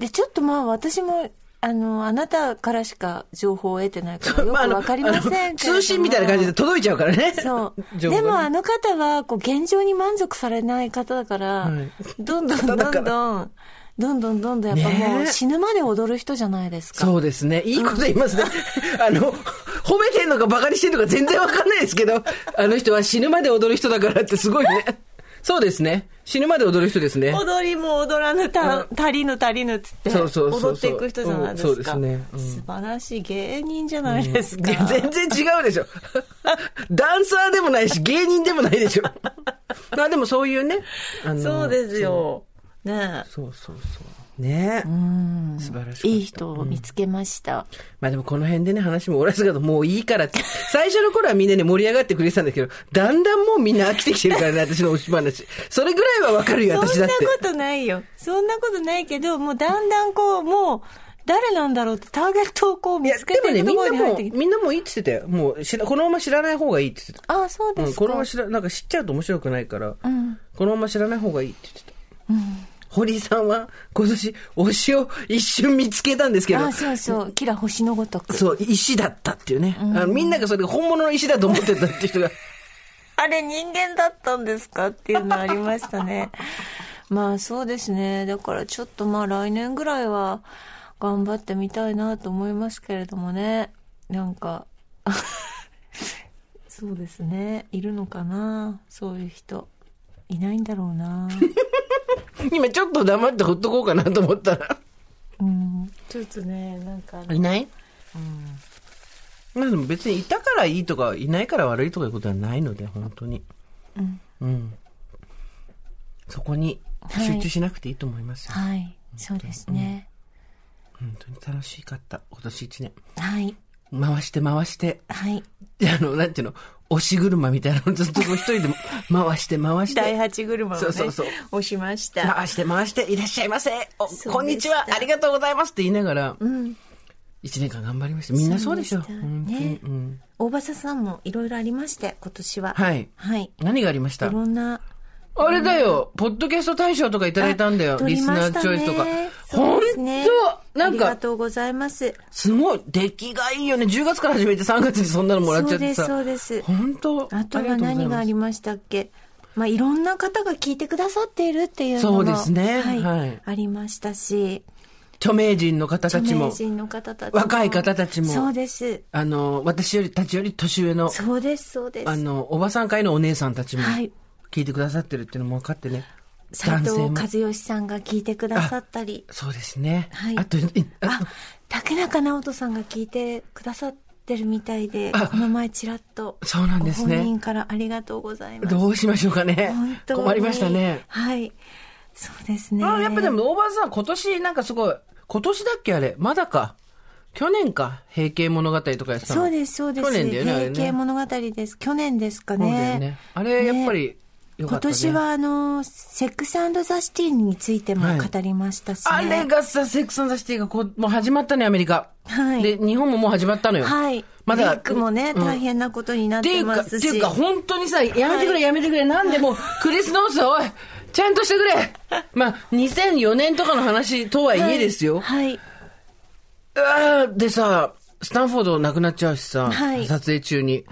S3: でちょっとまあ私もあの、あなたからしか情報を得てないからよく
S2: [LAUGHS] まああの
S3: わかりませんけれども、
S2: あの通信みたいな感じで届いちゃうからね。
S3: そう。
S2: [LAUGHS] 情報
S3: でも
S2: が
S3: あ
S2: ね
S3: の方は、こう、現状に満足されない方だから、
S2: はい
S3: どんどんどん
S2: 方だか
S3: どん、どんどんどんどん、やっぱもう
S2: ねえ
S3: 死ぬまで踊る人じゃないですか。
S2: そうですね。いいこと言いますね。 [LAUGHS] あの、褒めてんのか馬鹿にしてんのか全然わかんないですけど、あの人は死ぬまで踊る人だからってすごい
S3: [LAUGHS]
S2: ね。そうですね。死ぬまで踊る人ですね。
S3: 踊りも踊らぬた、足りぬ足りぬっつって、
S2: そうそうそうそう
S3: 踊っていく人じゃないですか。
S2: うんそうですねうん
S3: 素晴らしい芸人じゃないです
S2: い
S3: か。
S2: や、全然違うでしょ。 [LAUGHS] ダンサーでもないし、芸人でもないで
S3: [LAUGHS]
S2: しょ。まあでもそういうね。あ
S3: [LAUGHS]
S2: の
S3: そうですよ。ねえ
S2: そうそうそう。ね素晴らしい。
S3: いい人を見つけました。
S2: まあでもこの辺でね、話も終わらすけど、もういいからって。最初の頃はみんなね、盛り上がってくれてたんだけど、だんだんもうみんな飽きてきてるからね、私のおし話。それぐらいはわかるよ、
S3: そ
S2: 私
S3: ん
S2: だ
S3: な
S2: っ
S3: こ
S2: て。
S3: とないよ。そんなことないけど、もうだんだんこう、もう、誰なんだろうってターゲットをこう
S2: い
S3: 見
S2: や、
S3: つけて
S2: で
S3: いく
S2: もね、
S3: と
S2: み
S3: ころ
S2: ん
S3: に入
S2: なも
S3: っ
S2: う、
S3: てきて。
S2: みんなもういいって言ってたよ。もう知ら、このまま知らない方がいいって言ってた。
S3: あ、そうで
S2: うん、
S3: す
S2: この
S3: か。
S2: まま知ら、なんか知っちゃうと面白くないから、
S3: ん
S2: このまま知らない方がいいって言ってた。堀井さんは今年推しを一瞬見つけたんですけど
S3: あ、、そうそう。キラ星のごとく。
S2: そう、石だったっていうね。あのみんながそれが本物の石だと思ってたっていう人が。 [LAUGHS]
S3: あれ人間だったんですかっていうのありました [LAUGHS] ね。まあそうですね。だからちょっとまあ来年ぐらいは頑張ってみたいなと思いますけれどもね。なんか、 [LAUGHS] そうですね。いるのかなそういう人。いないんだろうな。
S2: 今ちょっと黙ってほっとこうかなと思ったら。
S3: うん。ちょっとね、なんか、
S2: いないまあでも別にいたからいいとか、いないから悪いとかいうことはないので、本当に。うん。そこに集中しなくていいと思いますよ。
S3: はい。そうですね。
S2: 本当に楽しかった、今年一年。
S3: はい。
S2: 回して回して、 [LAUGHS]
S3: はい。
S2: あの、なんていうの、押し車みたいなのずっとこう一人で [LAUGHS] も回して回して。
S3: 第8車をね、
S2: そうそうそう
S3: 押しました。
S2: 回して回して、いらっしゃいませ。
S3: そ
S2: お
S3: うでした
S2: こんにちは、ありがとうございますって言いながら、一年間頑張りました。みんなそうでしょ。
S3: そうでした
S2: 本当に
S3: ね
S2: うん
S3: 大場さんもいろいろありまして、今年は。
S2: はい
S3: はい。
S2: 何がありまし
S3: い
S2: た
S3: ろんな。
S2: あれだよ、ポッドキャスト大賞とかいただいたんだよ、
S3: あ取
S2: リ
S3: り
S2: ス
S3: ま
S2: ナ
S3: したね
S2: ーチョイスとか。
S3: そう
S2: 本
S3: ですね
S2: 当なん
S3: ありが
S2: か、
S3: とうございます。
S2: すごい、出来がいいよね。10月から始めて3月にそんなのもらっちゃってさ。
S3: そうですそうです
S2: 本当
S3: あとは何があり
S2: ま
S3: ましたっけまあ、いろんな方が聞いてくださっているっていうのも
S2: そうですね
S3: はい。
S2: はい
S3: ありましたし、
S2: す著名人の方たち
S3: 著
S2: も
S3: 名、人の方たちも。
S2: 若い方たちも
S3: そうです。
S2: あの、私より、たちより年上の、
S3: そうです、そうです。
S2: あの、おばさん会のお姉さんたちも、
S3: はい
S2: 聞いてくださってるっていうのも分かってね。
S3: 斉藤
S2: 男性も
S3: 和義さんが聞いてくださったり。
S2: そうですね。
S3: はい
S2: あと、
S3: あ、竹中直人さんが聞いてくださってるみたいで、
S2: あ
S3: この前ちらっと。
S2: そうなんですね
S3: ご本人からありがとうございます。
S2: どうしましょうかね
S3: 本。当に
S2: 困りましたね。
S3: はい。そうですね。
S2: あやっぱでも、大場さん、今年なんかすごい、今年だっけあれ、まだか。去年か、平家物語とかやってたの
S3: そうです、そうです。
S2: 去年だよね、あれね。
S3: 平家物語です。去年ですか
S2: そうだよ
S3: ね。
S2: ね。あれ、やっぱり、よか
S3: 今
S2: った、ね。
S3: 年は、あの、セックスザ・シティについても語りましたし、ね
S2: あれがさ、セックスザシティがこう、もう始まったね、アメリカ。
S3: はい
S2: で、日本ももう始まったのよ。
S3: はい。
S2: まだ。
S3: メイクもね、
S2: うん
S3: 大変なことになっ
S2: ってい
S3: て
S2: うか、
S3: ま
S2: って
S3: すし。
S2: いうか、本当にさ、やめてく
S3: は
S2: れ、やめてくれ、なんでもう、クリス・ノースは、おい、ちゃんとしてくれまあ、2004年とかの話とはいえですよ。
S3: はい。
S2: あーでさ、スタンフォード亡くなっちゃうしさ、
S3: はい
S2: 撮影中に、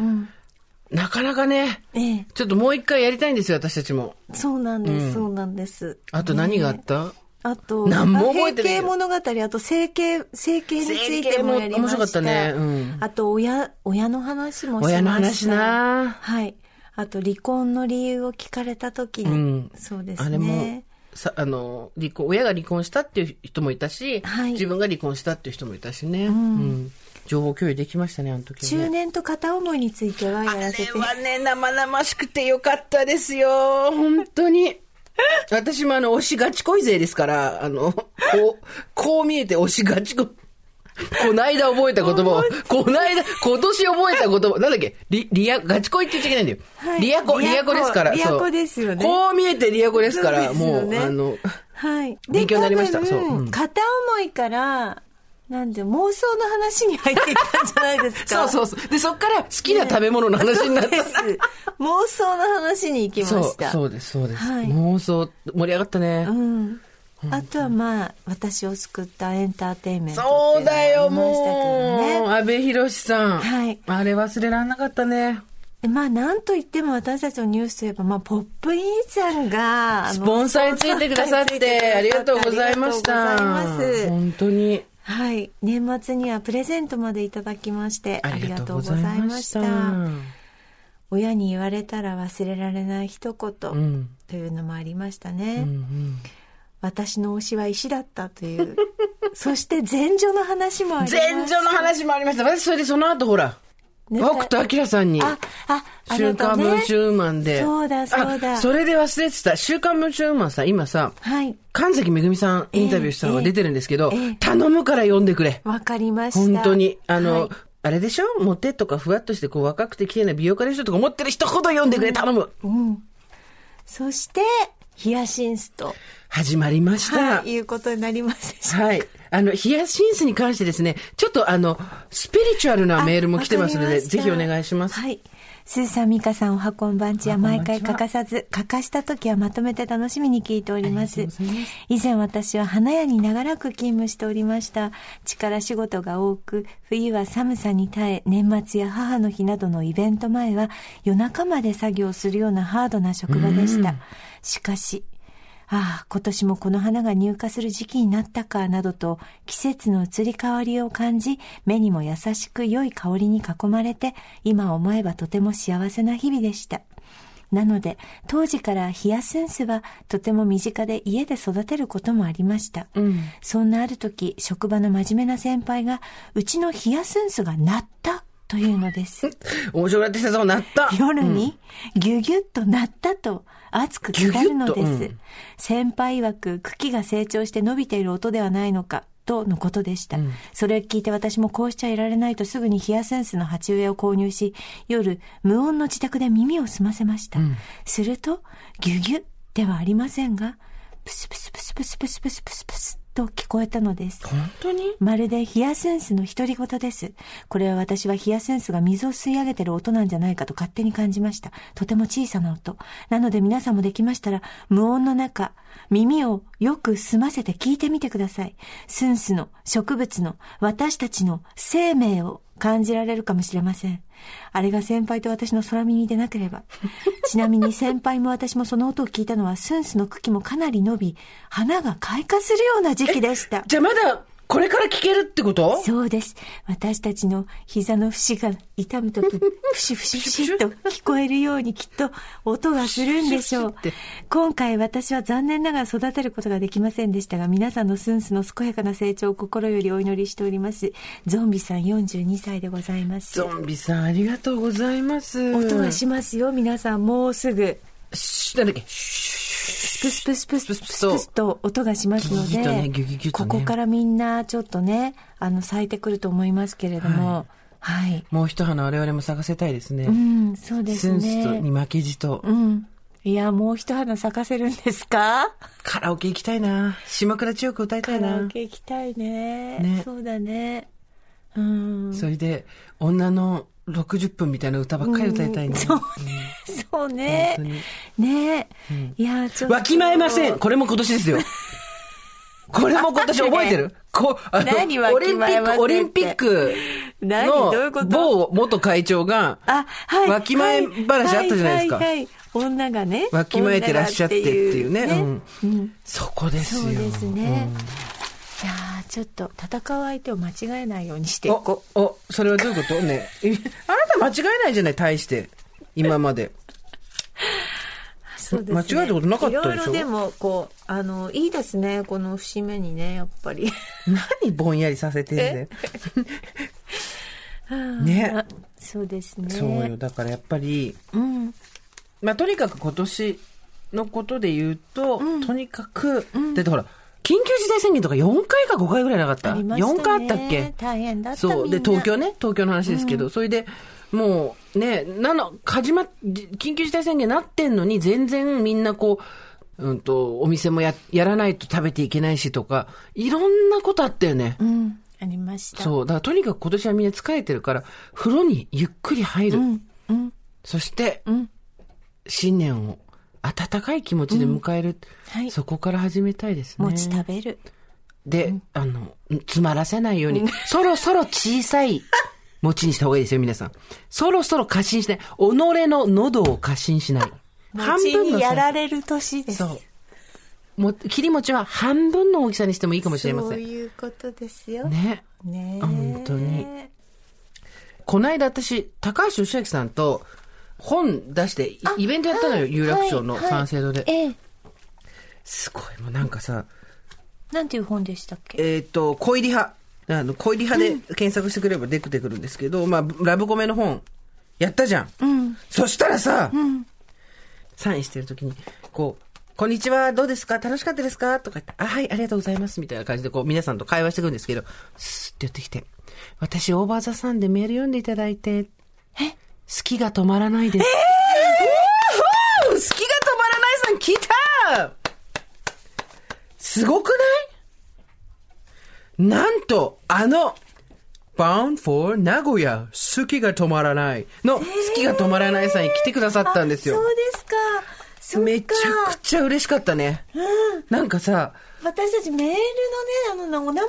S2: なかなかね、
S3: ええ。
S2: ちょっともう一回やりたいんですよ、私たちも。
S3: そうなんです、そうなんです。
S2: あと何があった、
S3: あと、
S2: 何も覚えてない
S3: 平
S2: よ
S3: 景物語、あと整形、整形についてもやりました。
S2: 整形も面白かったねうん
S3: あと、親、親の話もしました。
S2: 親の話な
S3: はい。あと、離婚の理由を聞かれたときに、
S2: うん
S3: そうですね。
S2: あれも、さ、あの、離婚、親が離婚したっていう人もいたし、
S3: はい
S2: 自分が離婚したっていう人もいたしね、うん情報共有できましたね、あの時はね
S3: 中年と片思いについてはやらせて。
S2: あれはね、生々しくてよかったですよ。本当
S3: [LAUGHS]
S2: に。私もあの、推しガチ恋勢ですから、あの、こう、こう見えて推しガチ恋。こないだ覚えた言葉を、こないだ、今年覚えた言葉、なんだっけ、リ、リア、ガチ恋って言っちゃいけないんだよ。
S3: はい
S2: リアコ、
S3: リ
S2: リ
S3: ア
S2: ア
S3: コ
S2: コですから。
S3: リアコ
S2: そう
S3: ですよね
S2: こう見えてリアコですから、
S3: [LAUGHS] そうですよ
S2: もう、
S3: ね
S2: あの、
S3: はい。
S2: 勉強になりました
S3: 多分
S2: そううん
S3: 片思いから、なんで、妄想の話に入っていったんじゃないですか。
S2: [LAUGHS] そうそうそう。で、そっから好きな食べ物の話になった。
S3: そうです妄想の話に行きま
S2: そう
S3: し、た。
S2: そうです、そうです。
S3: はい
S2: 妄想、盛り上がったね。
S3: うん。あとはまあ私を救ったエンターテインメント
S2: そうだよ、も
S3: っていうの
S2: う。
S3: がありましたけどね
S2: 安倍博さん。
S3: はい
S2: あれ忘れらんなかったね。
S3: でまあなんといっても私たちのニュースといえば、まあ、ポップインさんがあの
S2: スポンサーについてくだ
S3: スポンサ
S2: さっ
S3: ーについ
S2: て、ありがとうございました。
S3: ありがとうございます
S2: 本当に。
S3: はい年末にはプレゼントまでいただきましてありがとうございました
S2: ありがとうございま
S3: 親に言われたら忘れられない一言、
S2: うん
S3: というのもありましたね、
S2: うんうん
S3: 私の推しは石だったという [LAUGHS] そして前女の話もありました
S2: 前女の話もありました。私、それでその後ほら、
S3: ね
S2: 北斗晶さんに、
S3: あああ
S2: 週
S3: なた
S2: 刊
S3: ね
S2: 文春ウーマンで。
S3: そうだそうだ
S2: あそれで忘れてた。週刊文春ウーマンさ、今さ、
S3: はい
S2: 神崎めぐみさんインタビューしたのが出てるんですけど、
S3: ええええ
S2: 頼むから読んでくれ。
S3: わかりました
S2: 本当に。あの、
S3: はい
S2: あれでしょモテとかふわっとしてこう若くて綺麗な美容家でしょとか思ってる人ほど読んでくれ、頼む。
S3: そしてヒヤシンスと
S2: 始まりました。
S3: はい、いうことになりますし
S2: はい。あの、ヒヤシンスに関してですね、ちょっとあの、スピリチュアルなメールも来てますの
S3: わか
S2: で、
S3: りした
S2: ぜひお願いします。
S3: はい。スーさん、ミカさん、おはこんばんちは
S2: おはこ
S3: 毎
S2: んばんちは
S3: 回欠かさず、欠かした時はまとめて楽しみに聞いております。以前私は花屋に長らく勤務しておりました。力仕事が多く、冬は寒さに耐え、年末や母の日などのイベント前は夜中まで作業するようなハードな職場でした。しかし、ああ、今年もこの花が入荷する時期になったか、などと、季節の移り変わりを感じ、目にも優しく良い香りに囲まれて、今思えばとても幸せな日々でした。なので、当時からヒヤセンスはとても身近で家で育てることもありました。そんなある時、職場の真面目な先輩が、うちのヒヤセンスが鳴ったというのです。
S2: 面白くなってきたぞ、なった。
S3: 夜にギュギュッとなったと熱く語るのです。
S2: ギュギュッとう
S3: 先輩曰く茎が成長して伸びている音ではないのか。とのことでした、それを聞いて私もこうしちゃいられないとすぐにヒアセンスの鉢植えを購入し夜無音の自宅で耳を澄ませました、するとギュギュッではありませんがプスプスプスプスプスプスプスプスと聞こえたのです
S2: 本当に
S3: まるでヒヤセンスの独り言です。これは私はヒヤセンスが水を吸い上げてる音なんじゃないかと勝手に感じました。とても小さな音。なので皆さんもできましたら、無音の中、耳をよく澄ませて聞いてみてください。スンスの、植物の、私たちの生命を感じられるかもしれません。あれが先輩と私の空耳でなければ。ちなみに先輩も私もその音を聞いたのは、スンスの茎もかなり伸び、花が開花するような時期でした。
S2: じゃあまだ、これから聞けるってこと
S3: そうです。私たちの膝の節が痛
S2: [LAUGHS]
S3: むとき、フシフシフシっと聞こえるようにきっと音がするんでしょう
S2: フシフシって。
S3: 今回私は残念ながら育てることができませんでしたが、皆さんのスンスの健やかな成長を心よりお祈りしております。ゾンビさん42歳でございます。
S2: ゾンビさん、ありがとうございます。
S3: 音がしますよ、皆さん。もうすぐ。
S2: シュッなんだっけシュッ
S3: プスプスプスプスプスプスと音がしますの
S2: ギュギュッとね
S3: で
S2: ギュギュギュッ、と
S3: こ
S2: ね
S3: こからみんなちょっとね、あの、咲いてくると思いますけれども、はい
S2: もう一花我々も探せたいですね。
S3: うん、そうです
S2: スンスとに
S3: ね。
S2: 負けじと、
S3: うん。いや、もう一花咲かせるんですか
S2: カラオケ行きたいな。島倉千代子歌いた
S3: カ
S2: い
S3: ラオ
S2: な。
S3: ケ行きたいね。
S2: ね
S3: そうだね。うん。
S2: それで、女の60分みたいな歌ばっかり歌いたいね。
S3: そうね。そうね
S2: 本。
S3: ね、いや、ちょっと。
S2: わきまえませんこれも今年で
S3: [LAUGHS]
S2: すよ。これも今年覚えてるこあの
S3: 何わ
S2: オリ
S3: き
S2: ンピ
S3: まえ
S2: ッ
S3: ませんって
S2: ク、オリンピック
S3: 何どういうこと
S2: の某元会長が、
S3: あ、はい。
S2: わきまえ話あったじゃないですか
S3: はい、はいはい女がね。
S2: わきまえてらっしゃってっていうね。
S3: 女がっていう
S2: うんそこですよ。
S3: そうですね。いやーちょっと戦う相手を間違えないようにしていこう。
S2: お、お、それはどういうことね。 [LAUGHS] えあなた間違えないじゃない、大して。今まで。
S3: そうですね
S2: 間違えたことなかったでしょ
S3: いろいろでもこうあのいいですねこの節目にねやっぱり
S2: 何ぼんやりさせてんだよ。
S3: [LAUGHS]
S2: ね。
S3: そうですね
S2: そうよ。だからやっぱり、
S3: うん
S2: まあ、とにかく今年のことで言うと、とにかく、だってほら、緊急事態宣言とか4回か5回ぐらいなかった
S3: ありましたね
S2: 4回あったっけ
S3: 大変だった
S2: そう。で、
S3: みんな
S2: 東京ね、東京の話ですけど、それで、もうね、なの、始まっ、緊急事態宣言なってんのに、全然みんなこう、うんと、お店もや、やらないと食べていけないしとか、いろんなことあったよね。
S3: うんありました
S2: そう。だからとにかく今年はみんな疲れてるから、風呂にゆっくり入る。
S3: うんうん
S2: そして、
S3: ん
S2: 新年を温かい気持ちで迎える、
S3: はい
S2: そこから始めたいですね。
S3: 餅食べる
S2: で、あの、詰まらせないように、そろそろ小さい餅にした方がいいですよ、皆さん。そろそろ過信しない。己の喉を過信しない。
S3: 餅にや
S2: サイズ
S3: られる年です
S2: そう。も、切り餅は半分の大きさにしてもいいかもしれませ。
S3: そうんいうことですよね
S2: ね。
S3: ね
S2: 本当にこないだ私、高橋義明さんと本出して、いイベントやったのよ、有楽町の三省堂で。
S3: ええ
S2: すごい、もうなんかさ、
S3: なんていう本でしたっけ
S2: えっ、と、小入り派。あの、小入り派で検索してくれれば出てくるんですけど、まあ、ラブコメの本、やったじゃん。そしたらさ、サインしてる時に、こう、こんにちは、どうですか楽しかったですかとか言って、あ、はい、ありがとうございます。みたいな感じで、こう、皆さんと会話してくるんですけど、スーって寄ってきて、私、オーバーザさんでメール読んでいただいて、え好きが止まらないです。えー、好きが止まらないさん来たすごくないなんと、あの、Bound for 名古屋、好きが止まらないの、好きが止まらないさんに来てくださったんですよ
S3: あ。そうですかそっか
S2: めちゃくちゃ嬉しかったね。なんかさ、
S3: 私たちメールのね、あの、お名前は拝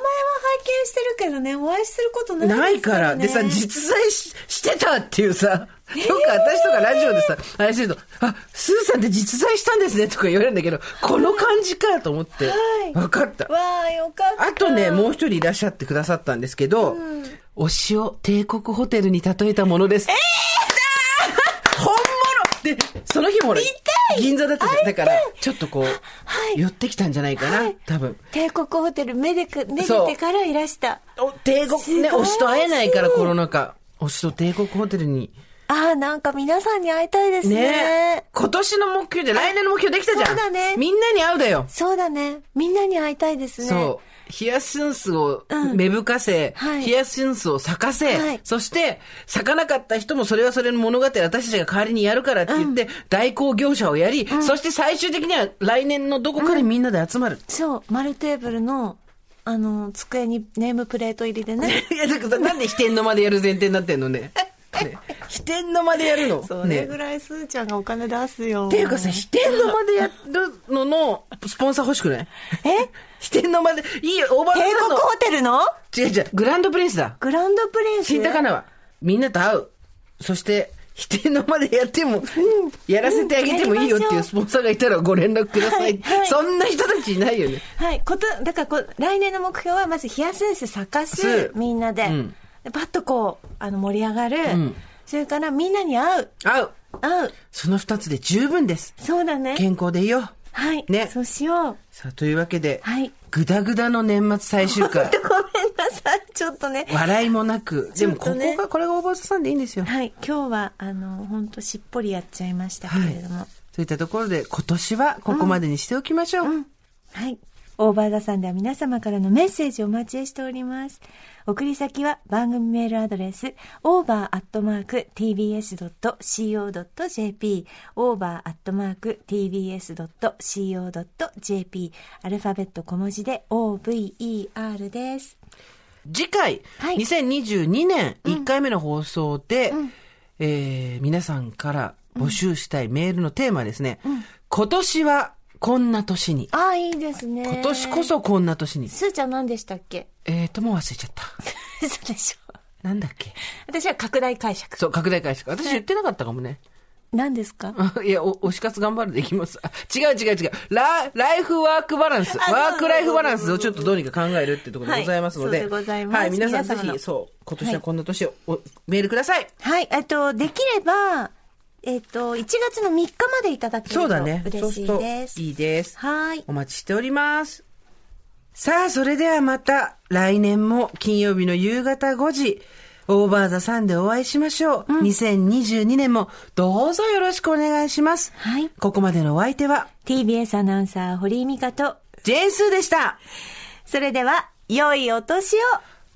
S3: 見してるけどね、お会いすることないです
S2: ないから、でさ、
S3: 実
S2: 実在ししてたっていうさ、よく私とかラジオでさ、あれしてると、あ、スーさんって実在したんですねとか言われるんだけど、この感じかと思って、
S3: はい
S2: 分かった。
S3: わあ、よかった。
S2: あとね、もう一人いらっしゃってくださったんですけど、推しを帝国ホテルに例えたものです。えー、本物で、その日も俺、銀座だったじゃん。だから、ちょっとこう、
S3: はい
S2: 寄ってきたんじゃないかな、
S3: はい
S2: 多分。
S3: 帝国ホテル、めでく、めで
S2: そう
S3: てからいらした。
S2: お帝国、ね、
S3: 素晴らしい
S2: 推しと会えないから、コロナ禍。推しと帝国ホテルに。
S3: ああ、なんか皆さんに会いたいですね。
S2: ね今年の目標で、来年の目標できたじゃん。
S3: そうだね
S2: みんなに会うだよ。
S3: そうだね。みんなに会いたいですね。
S2: そう。ヒヤシンスを
S3: うん
S2: 芽吹かせ、
S3: はい
S2: ヒヤシンスを咲かせ、
S3: はい
S2: そして、咲かなかった人もそれはそれの物語、私たちが代わりにやるからって言って、代行業者をやり、そして最終的には来年のどこかでみんなで集まる。
S3: そう。丸テーブルの、あの、机にネームプレート入りでね。
S2: いや、だからなんで飛天の間でやる前提になってんのね。 [LAUGHS] ね飛天の間でやるの。
S3: そ
S2: ね
S3: れぐらいすーちゃんがお金出すよ。っ
S2: っていうかさ、飛天の間でやるのの、スポンサー欲しくない
S3: え
S2: 飛天の間で、いいよ、オーバー
S3: 帝
S2: ザ
S3: 国ホテルの
S2: の。違う違う、グランドプリンスだ。
S3: グランドプリンス
S2: 新高菜はみんなと会うそして否定のまでやっても、やらせてあげてもいいよっていうスポンサーがいたらご連絡ください、
S3: はいはい
S2: そんな人たちいないよね
S3: はい、ことだからこ来年の目標はまず冷やすんす咲か
S2: す
S3: すみんなで、
S2: うん
S3: でパッとこうあの盛り上がる、
S2: ん
S3: それからみんなに会う
S2: 会う
S3: 会う
S2: その2つで十分です
S3: そうだね
S2: 健康でいいよ
S3: はい、
S2: ね
S3: そうしよう
S2: さあというわけで、
S3: はい
S2: グダグダの年末最終
S3: [LAUGHS] ご
S2: 回
S3: めんなさいちょっとね
S2: 笑いもなく、でも
S3: ちょ
S2: こ
S3: っとね
S2: こがこれがおばあさんでいいんですよ
S3: はい今日はあの本当しっぽりやっちゃいましたけれどもはい、
S2: といったところで今年はここまでにしておきましょう、
S3: オーバーザさんでは皆様からのメッセージをお待ちしております。送り先は番組メールアドレス over.tbs.co.jp over.tbs.co.jp アルファベット小文字で over です。
S2: 次回、
S3: はい
S2: 2022年1回目の放送で、えー皆さんから募集したいメールのテーマですね。今年はこんな年に。
S3: ああ、いいですね。
S2: 今年こ。そこんな年に。
S3: すーちゃん何でしたっけ
S2: えーと、もう忘れちゃった。
S3: 嘘でしょ。
S2: なんだっけ。
S3: 私は拡大解釈。
S2: そう、拡大解釈。私言ってなかったかもね。
S3: 何ですか
S2: [LAUGHS] あいや、お、推し活頑張るでいきます。あ違う違う違う。ラ、ライフワークバランス。
S3: そう
S2: ワークライフバランスをちょっとどうにか考えるってところでございますので。
S3: はいそうでございます
S2: はい、皆さんぜ
S3: 皆様の
S2: ひ、そう、今年はこんな年を、おメールください。
S3: はい、えっと、できれば、えっと、1月の3日までいただけると
S2: そうだね。
S3: 嬉
S2: そう
S3: し
S2: す
S3: い
S2: ると
S3: です。
S2: いいです。
S3: はい。
S2: お待ちしております。さあ、それではまた来年も金曜日の夕方5時、オーバーザさんでお会いしましょう。2022年もどうぞよろしくお願いします。
S3: はい
S2: ここまでのお相手は、
S3: TBS アナウンサー、堀井美香と、
S2: ジェーンスーでした。
S3: それでは、良いお年を、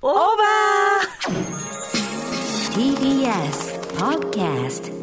S3: オーバー
S1: TBS Podcast